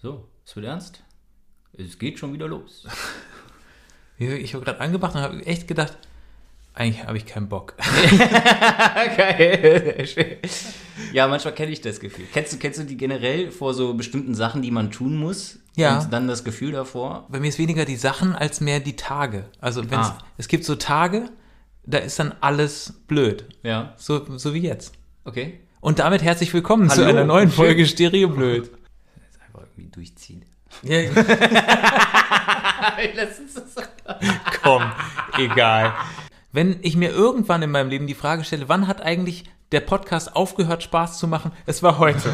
So, es wird ernst. Es geht schon wieder los. Ich habe gerade angemacht und habe echt gedacht, eigentlich habe ich keinen Bock. Geil. Schön. ja, manchmal kenne ich das Gefühl. Kennst du, kennst du die generell vor so bestimmten Sachen, die man tun muss? Ja. Und dann das Gefühl davor? Bei mir ist weniger die Sachen als mehr die Tage. Also wenn's, Ah. es gibt so Tage, da ist dann alles blöd. Ja. So, so wie jetzt. Okay. Und damit herzlich willkommen zu Hallo. einer neuen Schön. Folge Stereoblöd. Jetzt einfach irgendwie durchziehen. Ja, Letztens komm, egal. Wenn ich mir irgendwann in meinem Leben die Frage stelle, wann hat eigentlich der Podcast aufgehört, Spaß zu machen? Es war heute.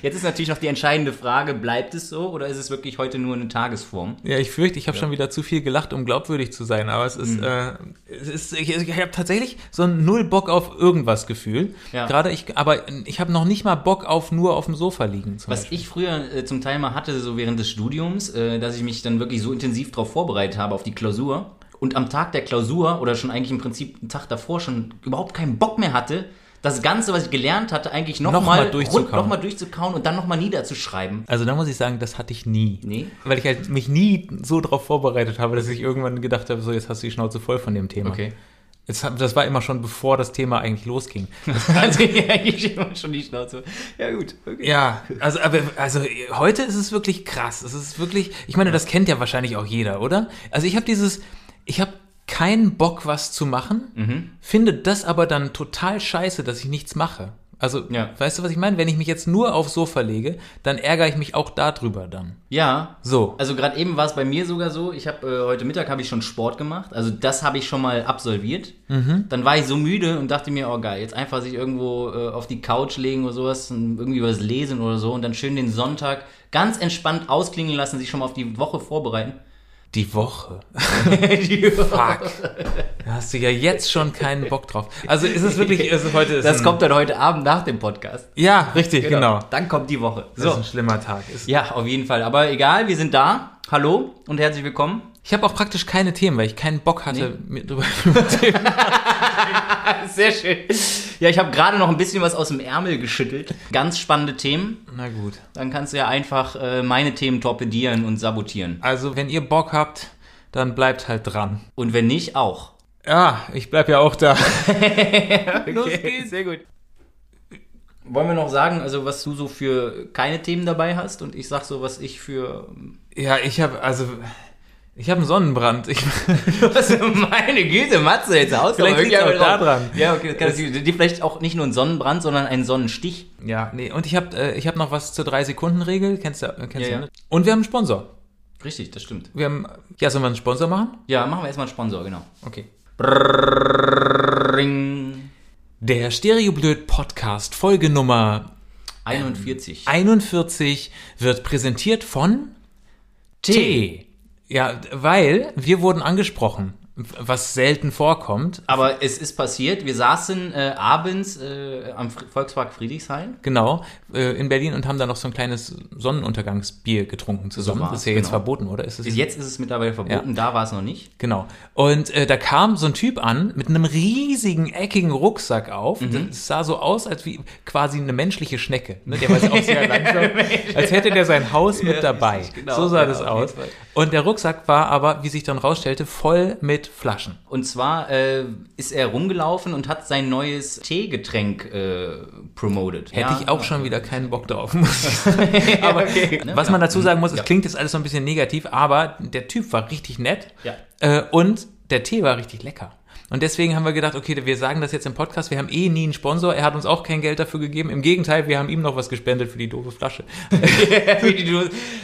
Jetzt ist natürlich noch die entscheidende Frage, bleibt es so oder ist es wirklich heute nur eine Tagesform? Ja, ich fürchte, ich habe schon wieder zu viel gelacht, um glaubwürdig zu sein, aber es ist, äh, es ist ich, ich habe tatsächlich so ein null Bock auf irgendwas Gefühl. Ja. Gerade ich, aber ich habe noch nicht mal Bock auf nur auf dem Sofa liegen. Zum Was Beispiel. ich früher äh, zum Teil mal hatte, so während des Studiums, äh, dass ich mich dann wirklich so intensiv darauf vorbereitet habe, auf die Klausur. Und am Tag der Klausur oder schon eigentlich im Prinzip einen Tag davor schon überhaupt keinen Bock mehr hatte, das Ganze, was ich gelernt hatte, eigentlich Noch mal nochmal durchzukauen. noch mal durchzukauen und dann nochmal niederzuschreiben. Also da muss ich sagen, das hatte ich nie. Nee. Weil ich halt mich nie so darauf vorbereitet habe, dass ich irgendwann gedacht habe, so jetzt hast du die Schnauze voll von dem Thema. Jetzt, hab- das war immer schon bevor das Thema eigentlich losging. Also eigentlich schon die Schnauze. Ja gut, okay. Ja, also, aber, also heute ist es wirklich krass. Es ist wirklich, ich meine, das kennt ja wahrscheinlich auch jeder, oder? Also ich habe dieses, ich habe keinen Bock, was zu machen, Mhm. finde das aber dann total scheiße, dass ich nichts mache. Also, Ja. weißt du, was ich meine? Wenn ich mich jetzt nur aufs Sofa lege, dann ärgere ich mich auch darüber dann. Ja, So. Also gerade eben war es bei mir sogar so, ich habe äh, heute Mittag habe ich schon Sport gemacht, also das habe ich schon mal absolviert. Mhm. Dann war ich so müde und dachte mir, oh geil, jetzt einfach sich irgendwo äh, auf die Couch legen oder sowas und irgendwie was lesen oder so und dann schön den Sonntag ganz entspannt ausklingen lassen, sich schon mal auf die Woche vorbereiten. Die Woche. Fuck. Da hast du ja jetzt schon keinen Bock drauf. Also ist es wirklich, also heute ist das ein, kommt dann heute Abend nach dem Podcast. Ja, richtig, genau. Dann kommt die Woche. Das ist So. ein schlimmer Tag. Ist, Ja, auf jeden Fall. Aber egal, wir sind da. Hallo und herzlich willkommen. Ich habe auch praktisch keine Themen, weil ich keinen Bock hatte, mir drüber Sehr schön. Ja, ich habe gerade noch ein bisschen was aus dem Ärmel geschüttelt. Ganz spannende Themen. Na gut. Dann kannst du ja einfach äh, meine Themen torpedieren und sabotieren. Also, wenn ihr Bock habt, dann bleibt halt dran. Und wenn nicht, auch. Ja, ich bleib ja auch da. Los geht's. Sehr gut. Wollen wir noch sagen, also was du so für keine Themen dabei hast und ich sag so, was ich für. Ja, ich habe also ich habe einen Sonnenbrand. Ich, Was meine Güte, Matze, jetzt haust du Vielleicht aber liegt's irgendwie auch da drauf. dran. Ja, okay, das kann das, die vielleicht auch nicht nur einen Sonnenbrand, sondern einen Sonnenstich. ja, nee, und ich habe äh, ich habe noch was zur 3 Sekunden Regel, kennst du äh, kennst du, ja. ne? Und wir haben einen Sponsor. Richtig, das stimmt. Wir haben ja, sollen wir einen Sponsor machen? Ja, machen wir erstmal einen Sponsor, genau. Okay. Ring. Der Stereoblöd Podcast Folge Nummer 41. 41 wird präsentiert von Tee. T. Ja, weil wir wurden angesprochen, was selten vorkommt. Aber es ist passiert. Wir saßen äh, abends äh, am Fr Volkspark Friedrichshain. Genau, äh, in Berlin und haben da noch so ein kleines Sonnenuntergangsbier getrunken zusammen. So war's, das ist ja jetzt genau. verboten, oder? Ist es Jetzt ist es mittlerweile verboten, da war es noch nicht. Genau. Und äh, da kam so ein Typ an mit einem riesigen, eckigen Rucksack auf. Mhm. Das sah so aus, als wie quasi eine menschliche Schnecke. Ne? Der war jetzt auch sehr langsam. als hätte der sein Haus mit dabei. genau. So sah Ja, das auf aus. jeden Fall. Und der Rucksack war aber, wie sich dann rausstellte, voll mit Flaschen. Und zwar äh, ist er rumgelaufen und hat sein neues Teegetränk äh, promoted. Hätte ich auch schon wieder keinen Bock drauf. muss ich Aber okay. ne? Was man dazu sagen muss, es Ja. klingt jetzt alles so ein bisschen negativ, aber der Typ war richtig nett Ja. äh, und der Tee war richtig lecker. Und deswegen haben wir gedacht, okay, wir sagen das jetzt im Podcast, wir haben eh nie einen Sponsor, er hat uns auch kein Geld dafür gegeben. Im Gegenteil, wir haben ihm noch was gespendet für die doofe Flasche.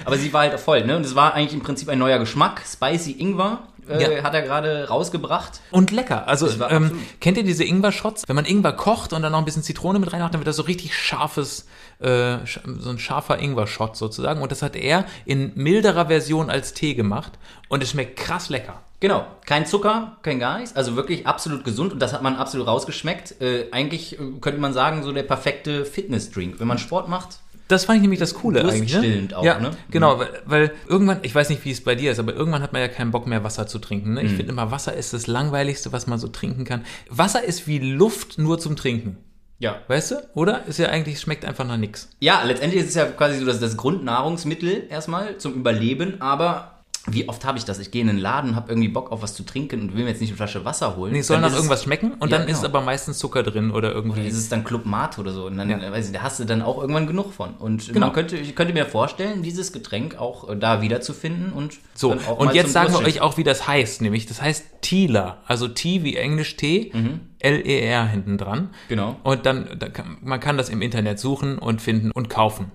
Aber sie war halt voll, ne? Und es war eigentlich im Prinzip ein neuer Geschmack. Spicy Ingwer äh, Ja. hat er gerade rausgebracht. Und lecker. Also, war ähm, absolut- kennt ihr diese Ingwer-Shots? Wenn man Ingwer kocht und dann noch ein bisschen Zitrone mit reinmacht, dann wird das so richtig scharfes, äh, sch- so ein scharfer Ingwer-Shot sozusagen. Und das hat er in milderer Version als Tee gemacht. Und es schmeckt krass lecker. Genau, kein Zucker, kein gar nichts, also wirklich absolut gesund und das hat man absolut rausgeschmeckt. Äh, eigentlich äh, könnte man sagen, so der perfekte Fitnessdrink. Wenn man Sport macht, Das fand ich nämlich das Coole eigentlich. Durststillend auch, ja, ne? Genau, weil, weil irgendwann, ich weiß nicht, wie es bei dir ist, aber irgendwann hat man ja keinen Bock mehr, Wasser zu trinken. Ne? Mhm. Ich finde immer, Wasser ist das Langweiligste, was man so trinken kann. Wasser ist wie Luft nur zum Trinken. Ja. Weißt du? Oder? Ist ja eigentlich, schmeckt einfach nach nix. Ja, letztendlich ist es ja quasi so das, das Grundnahrungsmittel erstmal zum Überleben, aber wie oft habe ich das? Ich gehe in einen Laden, habe irgendwie Bock auf was zu trinken und will mir jetzt nicht eine Flasche Wasser holen. Nee, es soll Dann nach ist es- irgendwas schmecken und Ja, dann ist genau. aber meistens Zucker drin oder irgendwie. Oder ist es dann Club Mate oder so? Und dann, Ja. weiß ich, da hast du dann auch irgendwann genug von. Und Genau. man könnte, ich könnte mir vorstellen, dieses Getränk auch äh, da wiederzufinden und so, dann auch und mal jetzt zum sagen wir Durchschnitt. euch auch, wie das heißt, nämlich das heißt Thieler, also T wie Englisch T, Mhm. L-E-R hinten dran. Genau. Und dann, da kann, man kann das im Internet suchen und finden und kaufen.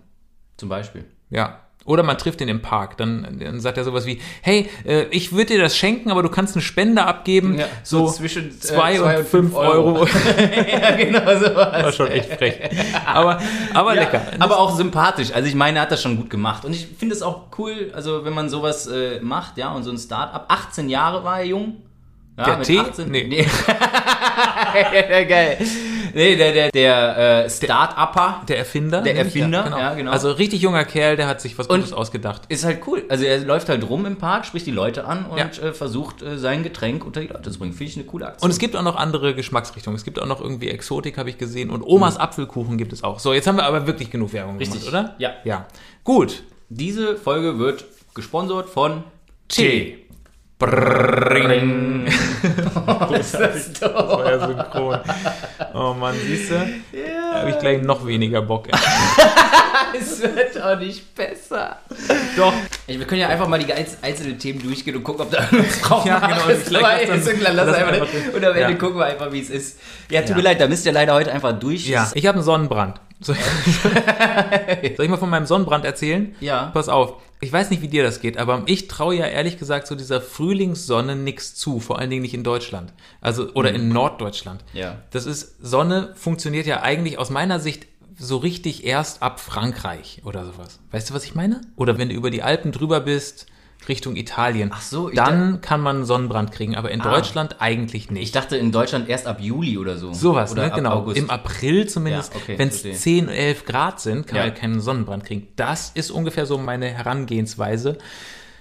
zum Beispiel. Ja. Oder man trifft ihn im Park, dann, dann sagt er sowas wie, hey, äh, ich würde dir das schenken, aber du kannst eine Spende abgeben. Ja, so, so zwischen, äh, 2 zwei und 5 Euro. ja, genau sowas. war schon echt frech. Aber, aber Ja, lecker. Aber auch sympathisch. Also ich meine, er hat das schon gut gemacht. Und ich finde es auch cool, also wenn man sowas äh, macht, ja, und so ein Start-up. 18 Jahre war er jung. Ja, Der Tee? Nee. Nee. Geil. Nee, der, der, der äh, Start-Upper der Erfinder. Der nämlich, Erfinder, ja, genau. Also richtig junger Kerl, der hat sich was Und- Gutes ausgedacht. ist halt cool. Also er läuft halt rum im Park, spricht die Leute an und Ja. äh, versucht, äh, sein Getränk unter die Leute zu bringen. Finde ich eine coole Aktion. Und es gibt auch noch andere Geschmacksrichtungen. Es gibt auch noch irgendwie Exotik, habe ich gesehen. Und Omas Apfelkuchen gibt es auch. So, jetzt haben wir aber wirklich genug Werbung Mhm. Richtig. gemacht, oder? Ja. Ja. Gut. Diese Folge wird gesponsert von Tee. Brrrring. ist das doch. war ja synchron. Oh Mann, siehst du? Ja. Habe ich gleich noch weniger Bock. ey. Es wird auch nicht besser. Doch. Ich, wir können ja einfach mal die geiz- einzelnen Themen durchgehen und gucken, ob da irgendwas drauf Ja, genau. ist. Vielleicht Dabei lass ist dann- und dann lass lass einfach einfach nicht. drin. und am Ende Ja. gucken wir einfach, wie es ist. Ja, tut Ja. mir leid, da müsst ihr leider heute einfach durch. Ja. Ich habe einen Sonnenbrand. So- Soll ich mal von meinem Sonnenbrand erzählen? Ja. Pass auf. Ich weiß nicht, wie dir das geht, aber ich traue ja ehrlich gesagt so dieser Frühlingssonne nichts zu, vor allen Dingen nicht in Deutschland. Also oder in Norddeutschland. Mhm. Ja. Das ist Sonne funktioniert ja eigentlich aus meiner Sicht so richtig erst ab Frankreich oder sowas. Weißt du, was ich meine? Oder wenn du über die Alpen drüber bist, Richtung Italien. Ach so, ich dann kann man Sonnenbrand kriegen, aber in Ah. Deutschland eigentlich nicht. Ich dachte in Deutschland erst ab Juli oder so. Sowas, oder ne? ab genau. August. Im April zumindest, Ja, okay, wenn es verstehe. 10, 11 Grad sind, kann Ja. man keinen Sonnenbrand kriegen. Das ist ungefähr so meine Herangehensweise.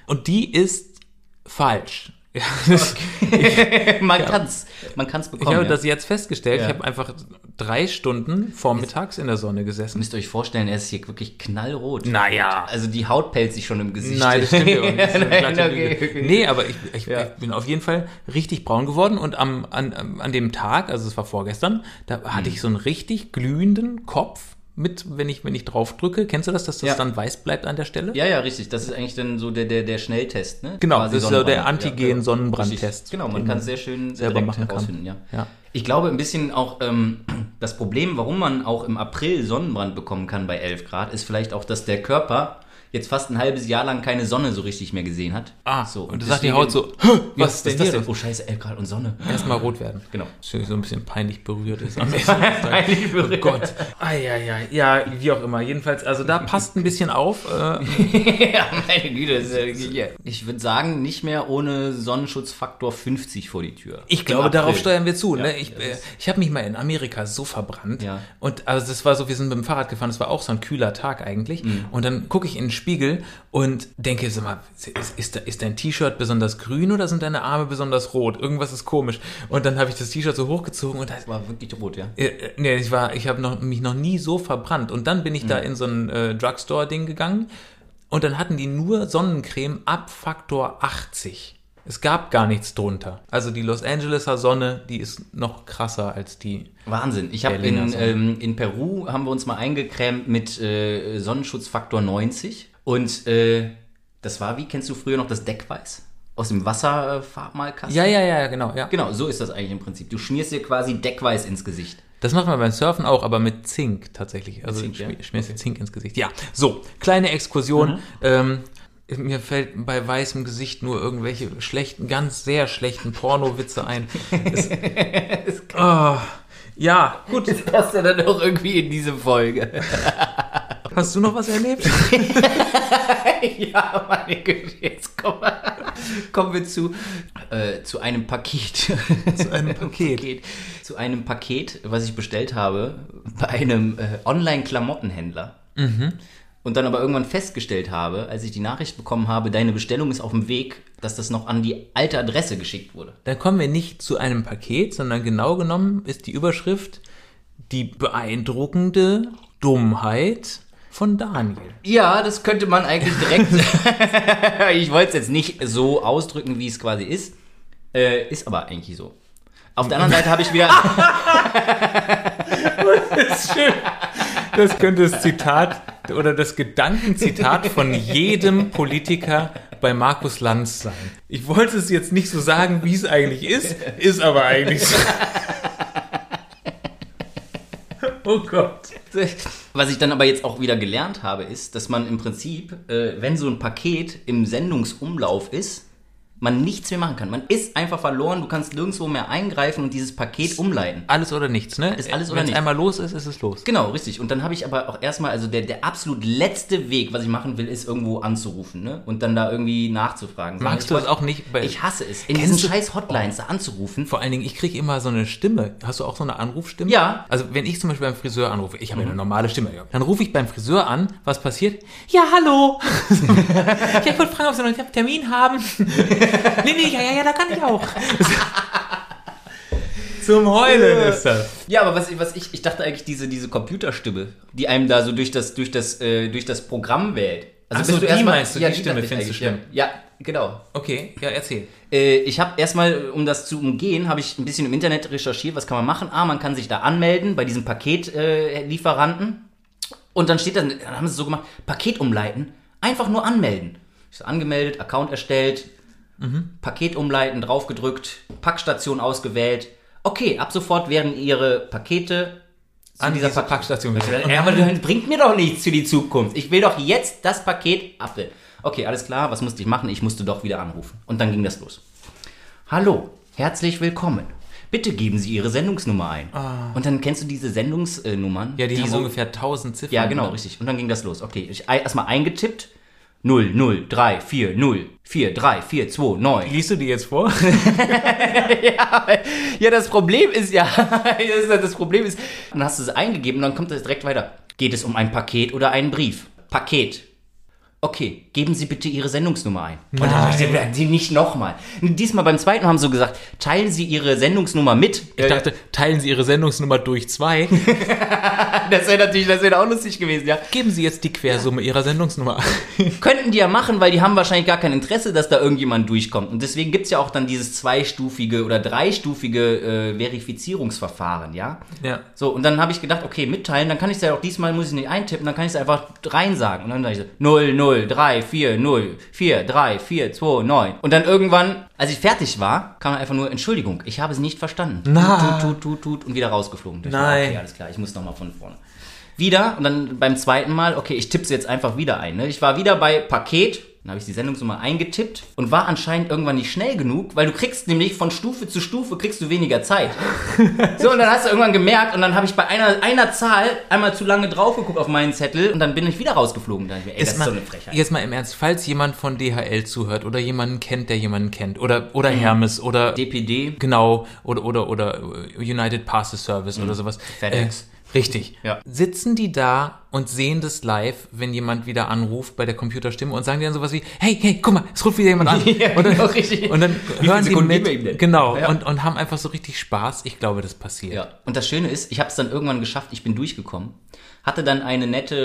Und die ist falsch. Ja, das, man kann's. Man kann's ich habe bekommen. ja. das jetzt festgestellt. Ja. Ich habe einfach drei Stunden vormittags in der Sonne gesessen. Müsst ihr euch vorstellen, er ist hier wirklich knallrot. Naja. Also die Haut pellt sich schon im Gesicht. Nein, das stimmt ja auch nicht. Das ist eine Nein, glatte okay, Lüge. okay. Nee, aber ich, ich, Ja. ich bin auf jeden Fall richtig braun geworden und am, an, am- an dem Tag, also es war vorgestern, da Mhm. hatte ich so einen richtig glühenden Kopf mit, wenn ich, wenn ich drauf drücke. Kennst du das, dass das Ja. dann weiß bleibt an der Stelle? Ja, ja, richtig. Das ist eigentlich dann so der, der, der Schnelltest, ne? Genau, Quasi das ist ja der Sonnenbrand. genau. Antigen-Sonnenbrandtest, Richtig. Genau, man den kann man sehr schön selber direkt machen kann. herausfinden, Ja. Ja. Ich glaube ein bisschen auch ähm, das Problem, warum man auch im April Sonnenbrand bekommen kann bei 11 Grad, ist vielleicht auch, dass der Körper jetzt fast ein halbes Jahr lang keine Sonne so richtig mehr gesehen hat. Ah, so. Und da sagt die deswegen- Haut so, "Hä, Ja, was ist denn hier? das Oh scheiße, 11 Grad und Sonne. Erstmal rot werden. Genau. Schön, so ein bisschen peinlich berührt ist. Am Peinlich Oh berührt. Gott. Eieiei. Ja, wie auch immer. Jedenfalls, also da passt ein bisschen auf. Äh, ja, meine Güte. Das ist ja, ja. Ich würde sagen, nicht mehr ohne Sonnenschutzfaktor 50 vor die Tür. Ich glaube, Im darauf April. steuern wir zu. ne? Ich, das äh, ich habe mich mal in Amerika so verbrannt. Ja. Und also das war so, wir sind mit dem Fahrrad gefahren, es war auch so ein kühler Tag eigentlich. Mhm. Und dann gucke ich in den Spiegel und denke, sag mal, ist, ist, de- ist dein T-Shirt besonders grün oder sind deine Arme besonders rot? Irgendwas ist komisch. Und dann habe ich das T-Shirt so hochgezogen und da War wirklich rot, ja. äh, äh, Nee, ich war, ich habe noch, mich noch nie so verbrannt. Und dann bin ich da in so ein äh, Drugstore-Ding gegangen und dann hatten die nur Sonnencreme ab Faktor 80. Es gab gar nichts drunter. Also die Los Angeleser Sonne, die ist noch krasser als die. Wahnsinn. Ich habe Berliner in, Sonne. ähm, in Peru haben wir uns mal eingecremt mit äh, Sonnenschutzfaktor 90 und äh, das war wie kennst du früher noch das Deckweiß aus dem Wasserfarbmalkasten? Ja, ja, ja, genau, ja. Genau, so ist das eigentlich im Prinzip. Du schmierst dir quasi Deckweiß ins Gesicht. Das macht man beim Surfen auch, aber mit Zink tatsächlich. Also Zink, ja? schmi- schmierst du Zink ins Gesicht. Ja, so, kleine Exkursion. Ähm, mir fällt bei weißem Gesicht nur irgendwelche schlechten, ganz sehr schlechten Pornowitze ein. Es, Ah, ja, gut. Das passt ja dann auch irgendwie in diese Folge. Hast du noch was erlebt? ja, meine Güte, jetzt kommen wir, kommen wir zu, äh, zu einem Paket. Zu einem Paket. Paket. Zu einem Paket, was ich bestellt habe bei einem äh, Online-Klamottenhändler. Mhm. Und dann aber irgendwann festgestellt habe, als ich die Nachricht bekommen habe, deine Bestellung ist auf dem Weg, dass das noch an die alte Adresse geschickt wurde. Dann kommen wir nicht zu einem Paket, sondern genau genommen ist die Überschrift die beeindruckende Dummheit von Daniel. Ja, das könnte man eigentlich direkt. ich wollte es jetzt nicht so ausdrücken, wie es quasi ist. Äh, ist aber eigentlich so. Auf der anderen Seite habe ich wieder. Das ist schön. Das könnte das Zitat oder das Gedankenzitat von jedem Politiker bei Markus Lanz sein. Ich wollte es jetzt nicht so sagen, wie es eigentlich ist, ist aber eigentlich so. Oh Gott. Was ich dann aber jetzt auch wieder gelernt habe, ist, dass man im Prinzip, äh, wenn so ein Paket im Sendungsumlauf ist, man nichts mehr machen kann. Man ist einfach verloren, du kannst nirgendwo mehr eingreifen und dieses Paket umleiten. Alles oder nichts, ne? Ist alles oder Wenn's nichts. einmal los ist, ist es los. Genau, richtig. Und dann habe ich aber auch erstmal, also der, der absolut letzte Weg, was ich machen will, ist irgendwo anzurufen, ne? Und dann da irgendwie nachzufragen. Sagen, Magst ich du das wollte- auch nicht? Bei, Ich hasse es, in Kennst diesen du- scheiß Hotlines da anzurufen. vor allen Dingen, ich kriege immer so eine Stimme. Hast du auch so eine Anrufstimme? Ja. Also wenn ich zum Beispiel beim Friseur anrufe, ich habe ja eine normale Stimme, ja. dann rufe ich beim Friseur an, was passiert? Ja, hallo. ja, ich wollte fragen, ob Sie noch einen Termin haben. nee, nee, ja, ja, ja, da kann ich auch. Zum Heulen ist das. Ja, aber was, ich- was ich, ich dachte eigentlich, diese, diese Computerstimme, die einem da so durch das, durch das, äh, durch das Programm wählt. Also Ach so, bist die erstmal- meinst du, die Stimme dachte ich findest du eigentlich, Ja, ja genau. Okay, ja, erzähl. Äh, ich habe erstmal, um das zu umgehen, habe ich ein bisschen im Internet recherchiert, was kann man machen. Ah, man kann sich da anmelden bei diesem Paketlieferanten. Äh, Lieferanten. und dann steht dann, dann haben sie es so gemacht, Paket umleiten, einfach nur anmelden. Ich so angemeldet, Account erstellt, Paket umleiten, draufgedrückt, Packstation ausgewählt. Okay, ab sofort werden ihre Pakete zu An dieser Pak- Verpackstation. Also, ja, aber das bringt mir doch nichts für die Zukunft. Ich will doch jetzt das Paket abwählen. Okay, alles klar, was musste ich machen? Ich musste doch wieder anrufen. Und dann ging das los. Hallo, herzlich willkommen. Bitte geben Sie Ihre Sendungsnummer ein. Und dann kennst du diese Sendungsnummern? Ah. Ja, die, haben ungefähr 1000 Ziffern. Ja, genau, ne? richtig. Und dann ging das los. Okay, ich ei- erstmal eingetippt. 0, 0, 3, 4, 0, 4, 3, 4, 2, 9. Liest du die jetzt vor? Ja, das Problem ist ja, das, ist ja- das Problem ist, dann hast du es eingegeben und dann kommt das direkt weiter. Geht es um ein Paket oder einen Brief? Paket. Okay, geben Sie bitte Ihre Sendungsnummer ein. Und dann dachte ich, die nicht nochmal. Diesmal beim zweiten haben sie so gesagt, teilen Sie Ihre Sendungsnummer mit. Ich dachte, teilen Sie Ihre Sendungsnummer durch zwei. das wäre natürlich, das wäre auch lustig gewesen, ja. Geben Sie jetzt die Quersumme Ihrer Sendungsnummer. Könnten die ja machen, weil die haben wahrscheinlich gar kein Interesse, dass da irgendjemand durchkommt. Und deswegen gibt's ja auch dann dieses zweistufige oder dreistufige äh, Verifizierungsverfahren, ja? ja. So, und dann habe ich gedacht, okay, mitteilen, dann kann ich es ja auch diesmal, muss ich nicht eintippen, dann kann ich es einfach reinsagen. Und dann sage ich so, 0, 0, 3, 4, 0, 4, 3, 4, 2, 9. Und dann irgendwann, als ich fertig war, kam dann einfach nur, Entschuldigung, ich habe sie nicht verstanden. Na. Tut, tut, tut, tut und wieder rausgeflogen. Ich dachte, Nein. Okay, alles klar, ich muss nochmal von vorne. Wieder und dann beim zweiten Mal, okay, ich tippe es jetzt einfach wieder ein. Ne? Ich war wieder bei Paket, dann habe ich die Sendungsnummer eingetippt und war anscheinend irgendwann nicht schnell genug, weil du kriegst nämlich von Stufe zu Stufe kriegst du weniger Zeit. So, und dann hast du irgendwann gemerkt und dann habe ich bei einer, einer Zahl einmal zu lange drauf geguckt auf meinen Zettel und dann bin ich wieder rausgeflogen. Da dachte ich mir, ey, das ist so eine Frechheit. Jetzt mal im Ernst, falls jemand von DHL zuhört oder jemanden kennt, der jemanden kennt, oder, oder Mhm. Hermes oder DPD, genau, oder, oder, oder äh, United Parcel Service oder sowas. Mhm. FedEx. Äh, richtig. Ja. Sitzen die da und sehen das live, wenn jemand wieder anruft bei der Computerstimme und sagen die dann sowas wie, hey, hey, guck mal, es ruft wieder jemand an. Ja, und dann, genau, richtig. und dann viele hören die Sekunden mit, geben wir ihm denn? genau, Ja. und, und haben einfach so richtig Spaß. Ich glaube, das passiert. Ja. Und das Schöne ist, ich habe es dann irgendwann geschafft, ich bin durchgekommen, hatte dann eine nette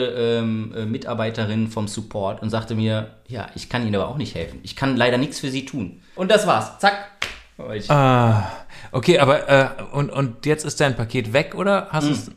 ähm, äh, Mitarbeiterin vom Support und sagte mir, ja, ich kann Ihnen aber auch nicht helfen. Ich kann leider nichts für Sie tun. Und das war's. Zack. Ich, Ah, okay, aber äh, und, und jetzt ist dein Paket weg oder Mhm. hast es?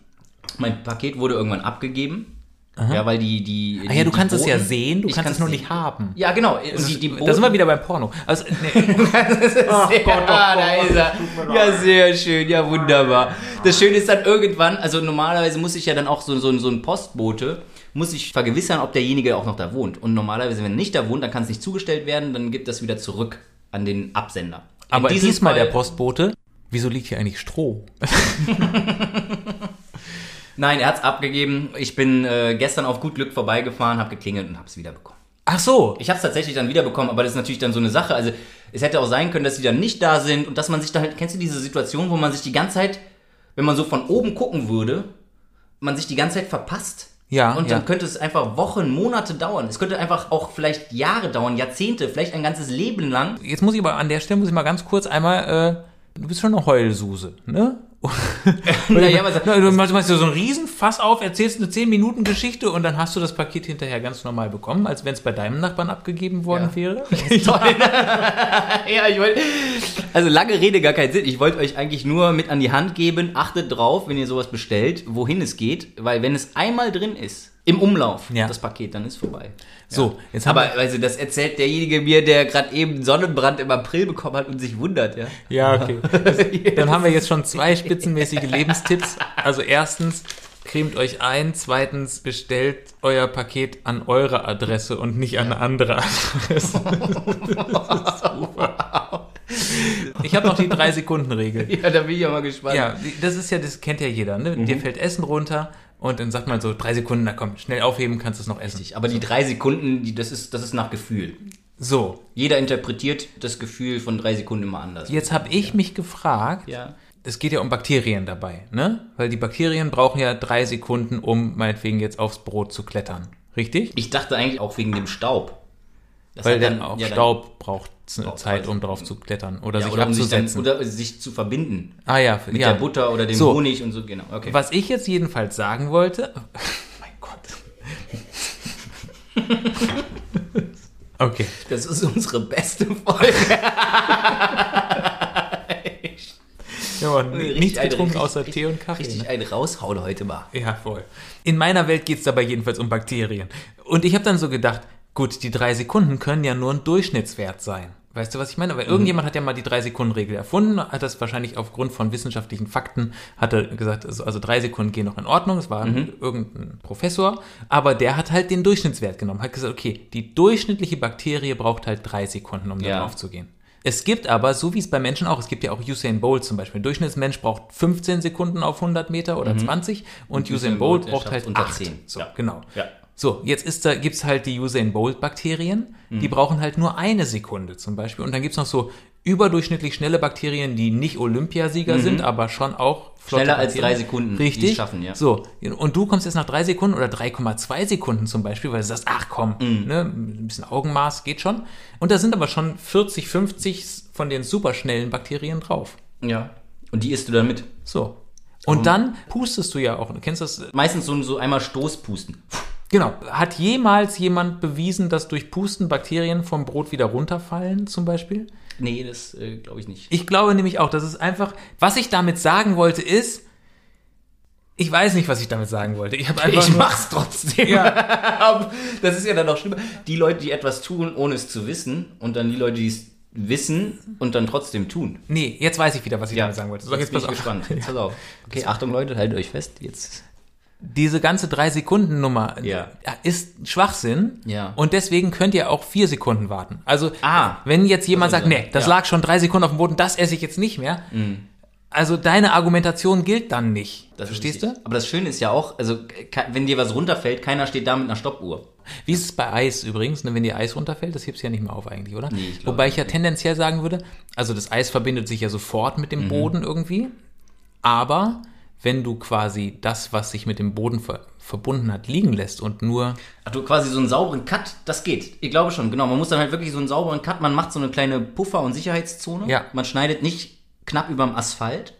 Mein Paket wurde irgendwann abgegeben. Ja, weil die, die, die Ah ja, du die kannst es ja Boten- sehen, du Ich kannst es kann's nur sehen. nicht haben. Ja, genau. Und die, die da sind Boten- wir wieder beim Porno. Also, nee, Ja, oh da ist er. Ja, sehr schön. Ja, wunderbar. Das Schöne ist dann irgendwann, also normalerweise muss ich ja dann auch so, so, so ein Postbote, muss ich vergewissern, ob derjenige auch noch da wohnt. Und normalerweise, wenn er nicht da wohnt, dann kann es nicht zugestellt werden, dann gibt das wieder zurück an den Absender. In aber diesem diesmal Fall- der Postbote. Wieso liegt hier eigentlich Stroh? Nein, er hat's abgegeben. Ich bin äh, gestern auf gut Glück vorbeigefahren, habe geklingelt und hab's wiederbekommen. Ach so. Ich habe es tatsächlich dann wiederbekommen, aber das ist natürlich dann so eine Sache. Also es hätte auch sein können, dass die dann nicht da sind und dass man sich dann halt, kennst du diese Situation, wo man sich die ganze Zeit, wenn man so von oben gucken würde, man sich die ganze Zeit verpasst. Ja, Und ja. dann könnte es einfach Wochen, Monate dauern. Es könnte einfach auch vielleicht Jahre dauern, Jahrzehnte, vielleicht ein ganzes Leben lang. Jetzt muss ich aber an der Stelle muss ich mal ganz kurz einmal äh, Du bist schon eine Heulsuse, ne? Naja, aber- Na, du machst, machst dir so ein Riesenfass auf, erzählst eine 10-Minuten-Geschichte und dann hast du das Paket hinterher ganz normal bekommen, als wenn es bei deinem Nachbarn abgegeben worden Ja. wäre. ja, ich wollte. Also lange Rede, gar keinen Sinn. Ich wollte euch eigentlich nur mit an die Hand geben, achtet drauf, wenn ihr sowas bestellt, wohin es geht, weil wenn es einmal drin ist, im Umlauf, Ja. das Paket, dann ist vorbei. So, jetzt haben Aber also das erzählt derjenige mir, der gerade eben Sonnenbrand im April bekommen hat und sich wundert, ja. Ja, okay. Dann haben wir jetzt schon zwei spitzenmäßige Lebenstipps. Also erstens, cremt euch ein. Zweitens, bestellt euer Paket an eure Adresse und nicht an eine andere Adresse. Das ist super. Ich habe noch die Drei-Sekunden-Regel. Ja, da bin ich ja mal gespannt. Ja, das ist ja, das kennt ja jeder. Ne? Dir fällt Essen runter und dann sagt man so, drei Sekunden, na komm, schnell aufheben, kannst du es noch essen. Aber die drei Sekunden, die, das, ist, das ist nach Gefühl. So, Jeder interpretiert das Gefühl von drei Sekunden immer anders. jetzt habe ich mich gefragt, Ja. es geht ja um Bakterien dabei, ne? Weil die Bakterien brauchen ja drei Sekunden, um meinetwegen jetzt aufs Brot zu klettern. Richtig? Ich dachte eigentlich auch wegen dem Staub. Das Weil hat dann auch ja, Staub braucht eine Staub, Zeit, also- um drauf zu klettern oder Ja, sich oder, um sich dann, abzusetzen. oder sich zu verbinden. ah ja, Mit ja. der Butter oder dem So. Honig und so, genau. Okay. Was ich jetzt jedenfalls sagen wollte. mein Gott. okay. Das ist unsere beste Folge. Ja, Mann, Richtig nichts ein- getrunken richtig- außer Tee und Kaffee. Richtig ne? ein raushauen heute mal. Ja, voll. In meiner Welt geht es dabei jedenfalls um Bakterien. Und ich habe dann so gedacht, gut, die drei Sekunden können ja nur ein Durchschnittswert sein. Weißt du, was ich meine? Weil irgendjemand hat ja mal die Drei-Sekunden-Regel erfunden, hat das wahrscheinlich aufgrund von wissenschaftlichen Fakten, hat er gesagt, also, also drei Sekunden gehen noch in Ordnung, es war irgendein Professor, aber der hat halt den Durchschnittswert genommen, hat gesagt, okay, die durchschnittliche Bakterie braucht halt drei Sekunden, um Ja. da drauf zu gehen. Es gibt aber, so wie es bei Menschen auch, es gibt ja auch Usain Bolt zum Beispiel. Ein Durchschnittsmensch braucht 15 Sekunden auf 100 Meter oder 20 und Usain Mhm. Usain Bolt, Bolt, der braucht schafft halt unter 8. 10. So, Ja. genau. Ja. So, jetzt ist da, gibt's halt die Usain Bolt-Bakterien, Mhm. die brauchen halt nur eine Sekunde zum Beispiel. Und dann gibt's noch so überdurchschnittlich schnelle Bakterien, die nicht Olympiasieger Mhm. sind, aber schon auch flotte Schneller als Bakterien. drei Sekunden, die es Richtig. schaffen, ja. So, und du kommst jetzt nach drei Sekunden oder 3,2 Sekunden zum Beispiel, weil du sagst, ach komm, Mhm. ne, ein bisschen Augenmaß geht schon. Und da sind aber schon 40, 50 von den superschnellen Bakterien drauf. Ja. Und die isst du dann mit. So. Und dann pustest du ja auch, du kennst das, Meistens so, so einmal Stoßpusten. genau, hat jemals jemand bewiesen, dass durch Pusten Bakterien vom Brot wieder runterfallen zum Beispiel? Nee, das äh, glaube ich nicht. Ich glaube nämlich auch, dass es einfach, was ich damit sagen wollte ist, ich weiß nicht, was ich damit sagen wollte. Ich habe einfach nur- trotzdem. Ja. Das ist ja dann noch schlimmer. Die Leute, die etwas tun, ohne es zu wissen, und dann die Leute, die es wissen und dann trotzdem tun. Nee, jetzt weiß ich wieder, was ich damit sagen wollte. So, jetzt bin pass ich auf. gespannt. Jetzt pass auf. Okay, Achtung Leute, haltet euch fest. Jetzt. Diese ganze 3-Sekunden-Nummer Ja. ist Schwachsinn. Ja. Und deswegen könnt ihr auch 4 Sekunden warten. Also, Ah. wenn jetzt jemand Das sagt, soll sein. nee, das Ja. Mhm. lag schon 3 Sekunden auf dem Boden, das esse ich jetzt nicht mehr. Also, deine Argumentation gilt dann nicht. Das ist Verstehst richtig. du? Aber das Schöne ist ja auch, also ke- wenn dir was runterfällt, keiner steht da mit einer Stoppuhr. Wie ist es bei Eis übrigens? Ne? Wenn dir Eis runterfällt, das hebst du ja nicht mehr auf eigentlich, oder? Nee, ich glaube Wobei ich ja tendenziell sagen würde, also das Eis verbindet sich ja sofort mit dem Mhm. Boden irgendwie. Aber wenn du quasi das, was sich mit dem Boden ver verbunden hat, liegen lässt und nur Ach du, quasi so einen sauberen Cut, das geht. Ich glaube schon, genau. Man muss dann halt wirklich so einen sauberen Cut, man macht so eine kleine Puffer- und Sicherheitszone. Ja. Man schneidet nicht knapp überm Asphalt,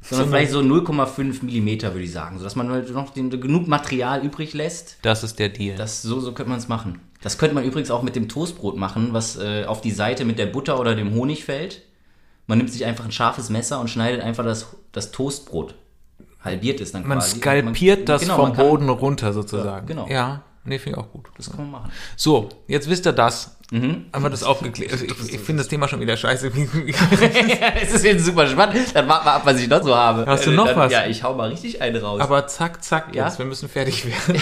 sondern vielleicht so 0,5 Millimeter, würde ich sagen. Sodass man halt noch den, genug Material übrig lässt. Das ist der Deal. Das, so, so könnte man es machen. Das könnte man übrigens auch mit dem Toastbrot machen, was äh, auf die Seite mit der Butter oder dem Honig fällt. Man nimmt sich einfach ein scharfes Messer und schneidet einfach das, das Toastbrot. Halbiert es dann man quasi. skalpiert Man- das genau, vom man kann- Boden runter sozusagen. Ja, genau. Ja, nee, finde ich auch gut. Das kann Mhm. man machen. So, jetzt wisst ihr das. Haben wir das aufgeklärt. Also ich ich finde das Thema schon wieder scheiße. es ist jetzt super spannend. Dann warten wir ab, was ich noch so habe. Äh, Hast du noch dann, was? Ja, ich hau mal richtig einen raus. Aber, Aber zack, zack, Ja? jetzt, wir müssen fertig werden.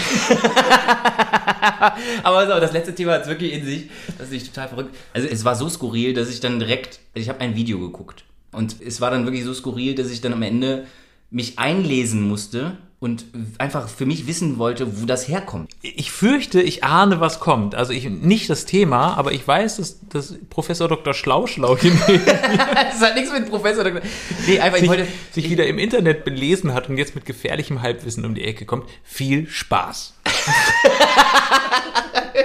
aber so, das letzte Thema hat's wirklich in sich. Das ist total verrückt. Also es war so skurril, dass ich dann direkt, ich habe ein Video geguckt. Und es war dann wirklich so skurril, dass ich dann am Ende mich einlesen musste und einfach für mich wissen wollte, wo das herkommt. Ich fürchte, ich ahne, was kommt. Also ich nicht das Thema, aber ich weiß, dass, dass Professor Dr. Schlauschlau hier Das hat nichts mit Professor. Dr. Nee, einfach, ich wollte. sich, sich wieder im Internet belesen hat und jetzt mit gefährlichem Halbwissen um die Ecke kommt. Viel Spaß. Ja,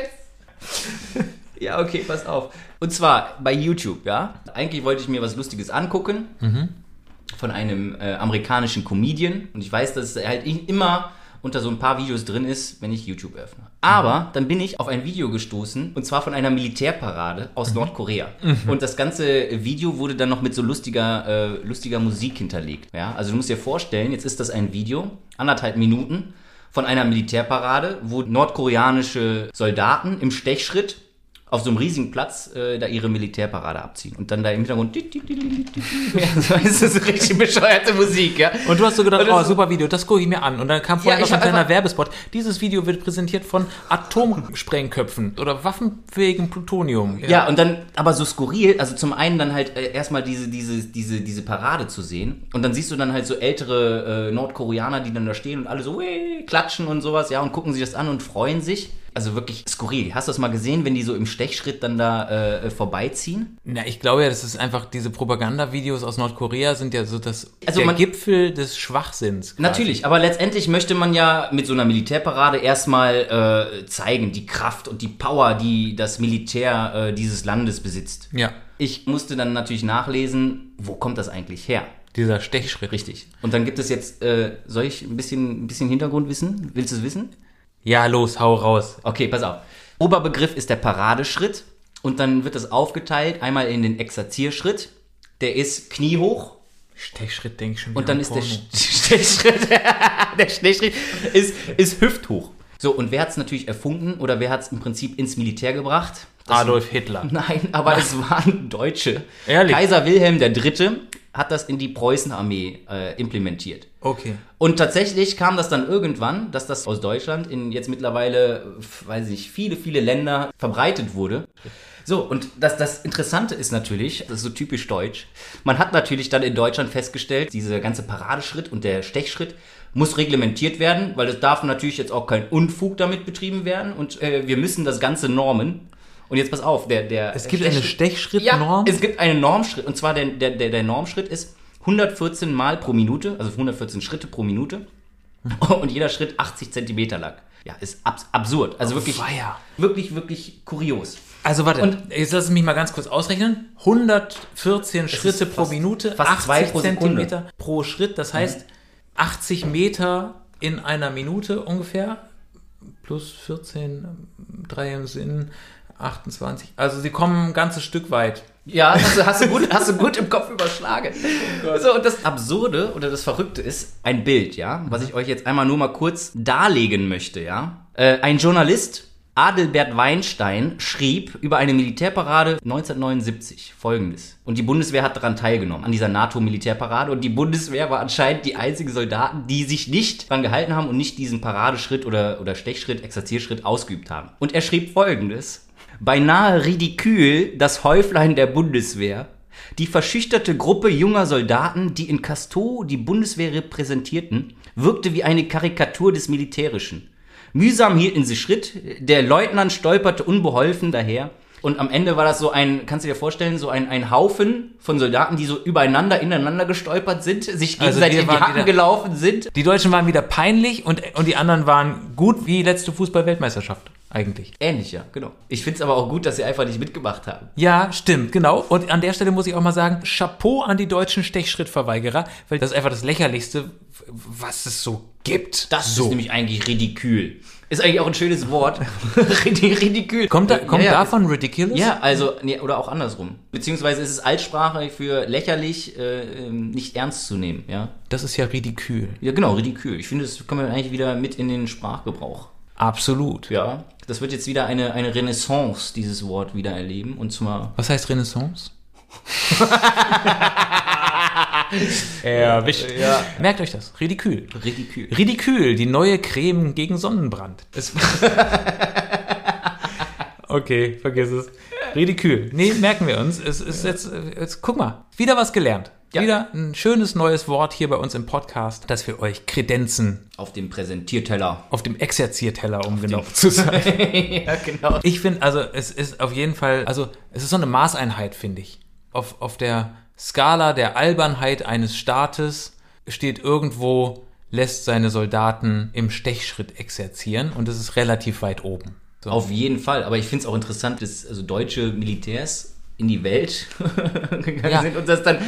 Ja, okay, pass auf. Und zwar bei YouTube, ja. Eigentlich wollte ich mir was Lustiges angucken von einem äh, amerikanischen Comedian. Und ich weiß, dass er halt in- immer unter so ein paar Videos drin ist, wenn ich YouTube öffne. Aber dann bin ich auf ein Video gestoßen, und zwar von einer Militärparade aus Nordkorea. Und das ganze Video wurde dann noch mit so lustiger, äh, lustiger Musik hinterlegt. Ja? Also du musst dir vorstellen, jetzt ist das ein Video, anderthalb Minuten, von einer Militärparade, wo nordkoreanische Soldaten im Stechschritt auf so einem riesigen Platz äh, da ihre Militärparade abziehen. Und dann da im Hintergrund. Ja, so ist das so richtig bescheuerte Musik, ja. Und du hast so gedacht, Und das oh, ist- super Video, das gucke ich mir an. Und dann kam vorher Ja, ich noch ein hab kleiner einfach- Werbespot. Dieses Video wird präsentiert von Atomsprengköpfen oder waffenfähigen Plutonium. Ja, und dann, aber so skurril, also zum einen dann halt äh, erstmal diese, diese, diese, diese Parade zu sehen und dann siehst du dann halt so ältere äh, Nordkoreaner, die dann da stehen und alle so "Wee", klatschen und sowas, ja, und gucken sich das an und freuen sich. Also wirklich skurril. Hast du das mal gesehen, wenn die so im Stechschritt dann da äh, äh, vorbeiziehen? Na, ich glaube ja, das ist einfach, diese Propagandavideos aus Nordkorea sind ja so das, Also der man- Gipfel des Schwachsinns. quasi. Natürlich, aber letztendlich möchte man ja mit so einer Militärparade erstmal äh, zeigen, die Kraft und die Power, die das Militär äh, dieses Landes besitzt. Ja, Ich musste dann natürlich nachlesen, wo kommt das eigentlich her? dieser Stechschritt. Richtig. Und dann gibt es jetzt, äh, soll ich ein bisschen, ein bisschen Hintergrundwissen? Willst du es wissen? Ja, los, hau raus. Okay, pass auf. Oberbegriff ist der Paradeschritt und dann wird das aufgeteilt einmal in den Exerzierschritt. Der ist kniehoch Stechschritt denke ich schon. und dann ist der Sch- Stechschritt, der Stechschritt ist, ist hüfthoch. So, und wer hat es natürlich erfunden oder wer hat es im Prinzip ins Militär gebracht? Das- Adolf Hitler. Nein, aber es waren Deutsche. Ehrlich? Kaiser Wilhelm III. hat das in die Preußenarmee äh, implementiert. Okay. Und tatsächlich kam das dann irgendwann, dass das aus Deutschland in jetzt mittlerweile, f- weiß ich nicht, viele, viele Länder verbreitet wurde. So, und das, das Interessante ist natürlich, das ist so typisch deutsch, man hat natürlich dann in Deutschland festgestellt, dieser ganze Paradeschritt und der Stechschritt muss reglementiert werden, weil es darf natürlich jetzt auch kein Unfug damit betrieben werden und äh, wir müssen das Ganze normen. Und jetzt pass auf, der, der Es gibt eine ja, Stechschrittnorm. es gibt einen Normschritt. Und zwar der, der, der, der Normschritt ist 114 Mal pro Minute, also 114 Schritte pro Minute. Und jeder Schritt 80 Zentimeter lang. Ja, ist abs absurd. Also wirklich, weia. wirklich, wirklich kurios. Also warte, Und- jetzt lass mich mal ganz kurz ausrechnen. 114 Schritte pro fast- Minute, fast zwei pro Sekunde. Mhm. Zentimeter pro Schritt. Das heißt 80 Meter in einer Minute ungefähr. Plus 14, 3 im Sinn, 28. Also sie kommen ein ganzes Stück weit. Ja, hast du, hast du, gut, hast du gut im Kopf überschlagen. So, und das Absurde oder das Verrückte ist ein Bild, ja, was ich euch jetzt einmal nur mal kurz darlegen möchte, ja. Äh, ein Journalist, Adelbert Weinstein, schrieb über eine Militärparade 1979 folgendes. Und die Bundeswehr hat daran teilgenommen, an dieser NATO-Militärparade. Und die Bundeswehr war anscheinend die einzigen Soldaten, die sich nicht dran gehalten haben und nicht diesen Paradeschritt oder, oder Stechschritt, Exerzierschritt ausgeübt haben. Und er schrieb folgendes. Beinahe ridikül das Häuflein der Bundeswehr. Die verschüchterte Gruppe junger Soldaten, die in Casto die Bundeswehr repräsentierten, wirkte wie eine Karikatur des Militärischen. Mühsam hielten sie Schritt, der Leutnant stolperte unbeholfen daher. Und am Ende war das so ein, kannst du dir vorstellen, so ein, ein Haufen von Soldaten, die so übereinander, ineinander gestolpert sind, sich Also gegenseitig wir in die waren Hacken wieder- gelaufen sind. Die Deutschen waren wieder peinlich und, und die anderen waren gut wie letzte Fußball-Weltmeisterschaft eigentlich. Ähnlich, ja, genau. Ich find's aber auch gut, dass sie einfach nicht mitgemacht haben. Ja, stimmt, genau. Und an der Stelle muss ich auch mal sagen, Chapeau an die deutschen Stechschrittverweigerer, weil das ist einfach das Lächerlichste, was es so gibt. Das so. ist nämlich eigentlich ridikül. Ist eigentlich auch ein schönes Wort. Ridi- ridikül. kommt da, Ja, kommt ja, davon Ridiculous? Ja, also, nee, oder auch andersrum. Beziehungsweise ist es Altsprache für lächerlich, äh, ähm, nicht ernst zu nehmen, ja. Das ist ja ridikül. Ja, genau, ridikül. Ich finde, das kann man eigentlich wieder mit in den Sprachgebrauch. Absolut. Ja. Das wird jetzt wieder eine, eine Renaissance, dieses Wort wieder erleben. Und zwar. Was heißt Renaissance? Erwischt. Ja. Merkt euch das. Ridikül. Ridikül. Ridikül, die neue Creme gegen Sonnenbrand. Es okay, vergiss es. Ridikül. Nee, merken wir uns. Es ist jetzt, jetzt, guck mal, wieder was gelernt. Ja. Wieder ein schönes neues Wort hier bei uns im Podcast, das wir euch kredenzen. Auf dem Präsentierteller. Auf dem Exerzierteller, um genau zu sein. ja, genau. Ich finde, also es ist auf jeden Fall, also es ist so eine Maßeinheit, finde ich. Auf, auf der Skala der Albernheit eines Staates steht irgendwo, lässt seine Soldaten im Stechschritt exerzieren und es ist relativ weit oben. So. Auf jeden Fall. Aber ich finde es auch interessant, dass also deutsche Militärs in die Welt gegangen Ja. sind und das dann äh,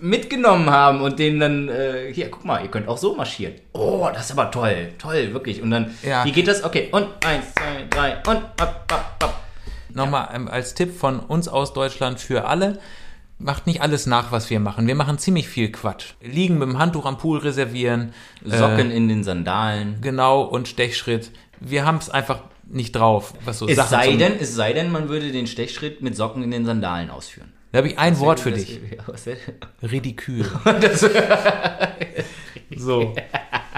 mitgenommen haben und denen dann, äh, hier, guck mal, ihr könnt auch so marschieren. Oh, das ist aber toll, toll, wirklich. Und dann, Ja. wie geht das? Okay, und eins, zwei, drei und ab, ab, ab. Nochmal ähm, als Tipp von uns aus Deutschland für alle. Macht nicht alles nach, was wir machen. Wir machen ziemlich viel Quatsch. Liegen mit dem Handtuch am Pool reservieren. Socken Äh, in den Sandalen. genau, und Stechschritt. Wir haben es einfach nicht drauf, was so Es Sachen sei, zum- denn, es sei denn, man würde den Stechschritt mit Socken in den Sandalen ausführen. Da habe ich ein Wort für Das- dich. Ja, was denn? Ridikül. so.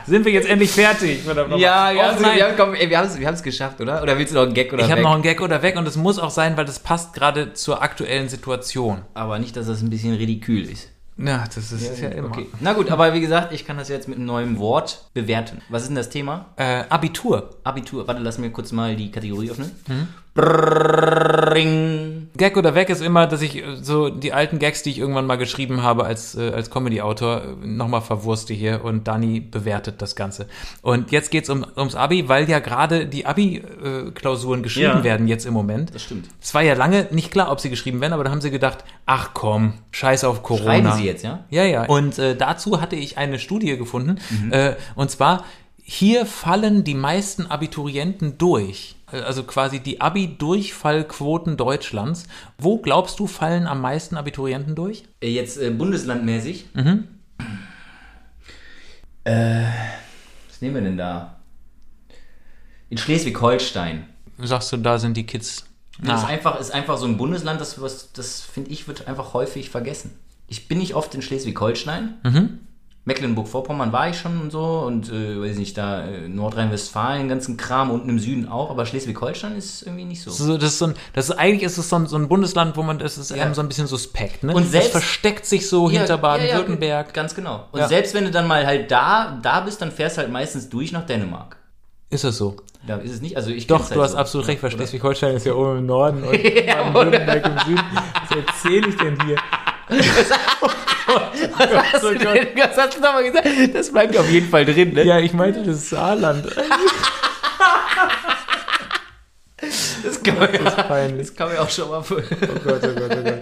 Sind wir jetzt endlich fertig? verdammt nochmal. ja, ja, oh, also, nein. wir haben komm, ey, wir haben's- wir haben's geschafft, oder? Oder willst du noch einen Gag oder Ich habe weg? noch einen Gag oder weg und es muss auch sein, weil das passt gerade zur aktuellen Situation. Aber nicht, dass das ein bisschen ridikül ist. Ja, das ist ja, immer. Okay. Na gut, aber wie gesagt, ich kann das jetzt mit einem neuen Wort bewerten. Was ist denn das Thema? Äh, Abitur. Abitur. Warte, lass mir kurz mal die Kategorie öffnen. Mhm. Brrring. Gag oder weg ist immer, dass ich äh, so die alten Gags, die ich irgendwann mal geschrieben habe als, äh, als Comedy-Autor, äh, nochmal verwurste hier und Dani bewertet das Ganze. Und jetzt geht's um, ums Abi, weil ja gerade die Abi-Klausuren geschrieben Ja. werden jetzt im Moment. Das stimmt. Es war ja lange nicht klar, ob sie geschrieben werden, aber da haben sie gedacht, ach komm, scheiß auf Corona. Schreiben Sie jetzt, ja? Ja, ja. Und äh, dazu hatte ich eine Studie gefunden. Mhm. Äh, und zwar, hier fallen die meisten Abiturienten durch. Also quasi die Abi-Durchfallquoten Deutschlands. Wo glaubst du, fallen am meisten Abiturienten durch? Äh, Jetzt äh, bundeslandmäßig. Mhm. Äh, was nehmen wir denn da? In Schleswig-Holstein. Sagst du, da sind die Kids. Das ist Na, einfach, ist einfach so ein Bundesland, das, was- das finde ich, wird einfach häufig vergessen. Ich bin nicht oft in Schleswig-Holstein. Mhm. Mecklenburg-Vorpommern war ich schon und so und äh, weiß nicht, da äh, Nordrhein-Westfalen, ganzen Kram, unten im Süden auch, aber Schleswig-Holstein ist irgendwie nicht so. so, das ist so ein, das ist, eigentlich ist es so ein, so ein Bundesland, wo man, das ist Ja. einem so ein bisschen suspekt, ne? Und selbst- das versteckt sich so hinter Baden-Württemberg. Ja, ganz genau. Und Ja. selbst wenn du dann mal halt da, da bist, dann fährst du halt meistens durch nach Dänemark. Ist es so? Da ist es nicht, also ich Doch, kenn's du halt hast so. absolut recht, weil Schleswig-Holstein ist ja oben im Norden und Baden-Württemberg im Süden. Was erzähle ich denn hier? Was hast, du denn, was hast du nochmal gesagt? Das bleibt auf jeden Fall drin, ne? Ja, ich meinte das Saarland. Das kann man ja, peinlich. das kann man ja auch schon mal vor. Oh Gott, oh Gott, oh Gott.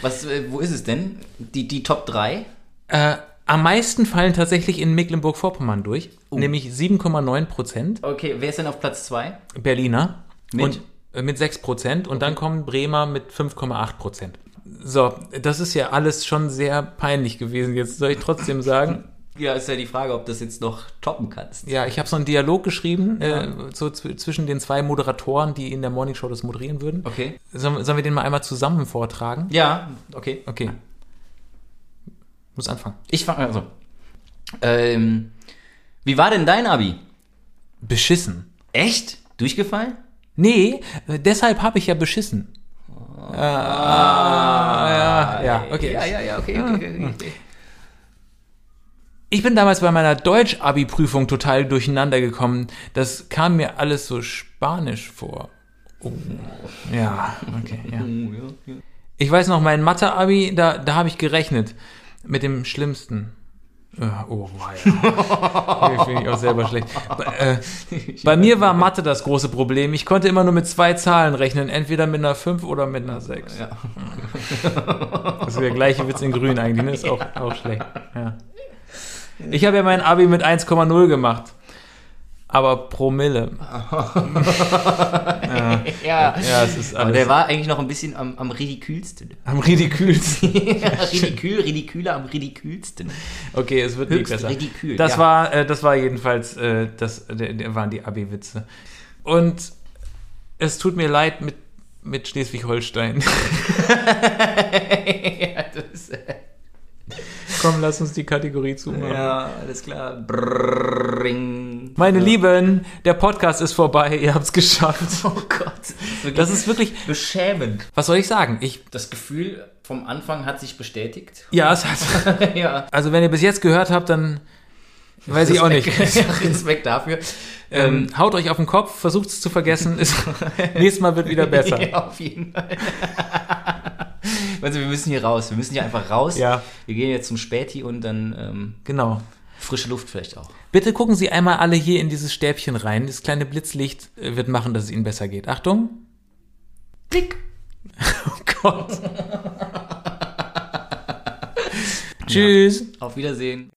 Was, äh, wo ist es denn? Die, die Top 3? Äh, am meisten fallen tatsächlich in Mecklenburg-Vorpommern durch, nämlich 7,9 Prozent Okay, wer ist denn auf Platz 2? Berliner Mit? und äh, mit 6 Prozent und dann kommen Bremer mit 5,8 Prozent. So, das ist ja alles schon sehr peinlich gewesen. Jetzt soll ich trotzdem sagen, Ja, ist ja die Frage, ob das jetzt noch toppen kannst. Ja, ich habe so einen Dialog geschrieben, äh, so zw- zwischen den zwei Moderatoren, die in der Morning Show das moderieren würden. Okay. Sollen, sollen wir den mal einmal zusammen vortragen? Ja, okay. Okay. Muss anfangen. Ich fange also. Ähm, wie war denn dein Abi? Beschissen. Echt? Durchgefallen? Nee, äh, deshalb habe ich ja beschissen. Ah, ja, ja, okay. ja, ja, okay, okay, okay, okay. Ich bin damals bei meiner Deutsch-Abi-Prüfung total durcheinander gekommen. Das kam mir alles so spanisch vor. Oh. Ja, okay, ja. Oh, ja, ja. Ich weiß noch, mein Mathe-Abi, da, da habe ich gerechnet. Mit dem Schlimmsten. Äh, Oh, wow. Hier finde ich auch selber schlecht. Bei, äh, bei mir war Mathe das große Problem. Ich konnte immer nur mit zwei Zahlen rechnen. Entweder mit einer 5 oder mit einer 6. Ja. Das ist der gleiche Witz in grün eigentlich. Ne? Ist auch, auch schlecht. Ja. Ich habe ja mein Abi mit 1,0 gemacht. Aber Promille. ja. Ja, es ist Aber alles der war eigentlich noch ein bisschen am, am ridikülsten. am ridikülsten. Ridikül, ridiküler am ridikülsten. Okay, es wird Höchst nicht besser. ridikül, das ja. war, äh, das war jedenfalls, äh, das der, der waren die Abi-Witze. Und es tut mir leid mit mit Schleswig-Holstein. ja, das, Komm, lass uns die Kategorie zumachen. ja, alles klar. Brrring. Meine Lieben, der Podcast ist vorbei. Ihr habt's geschafft. Oh Gott. Das ist wirklich. beschämend. Was soll ich sagen? Ich. Das Gefühl vom Anfang hat sich bestätigt. Ja, es hat. ja. Also wenn ihr bis jetzt gehört habt, dann weiß ich auch nicht. Respekt dafür. Ähm, haut euch auf den Kopf, versucht es zu vergessen. Ist, nächstes Mal wird wieder besser. Ja, auf jeden Fall. Also wir müssen hier raus. Wir müssen hier einfach raus. Ja. Wir gehen jetzt zum Späti und dann ähm, Genau. Frische Luft vielleicht auch. Bitte gucken Sie einmal alle hier in dieses Stäbchen rein. Das kleine Blitzlicht äh, wird machen, dass es Ihnen besser geht. Achtung. Blick. Oh Gott. Tschüss. Auf Wiedersehen.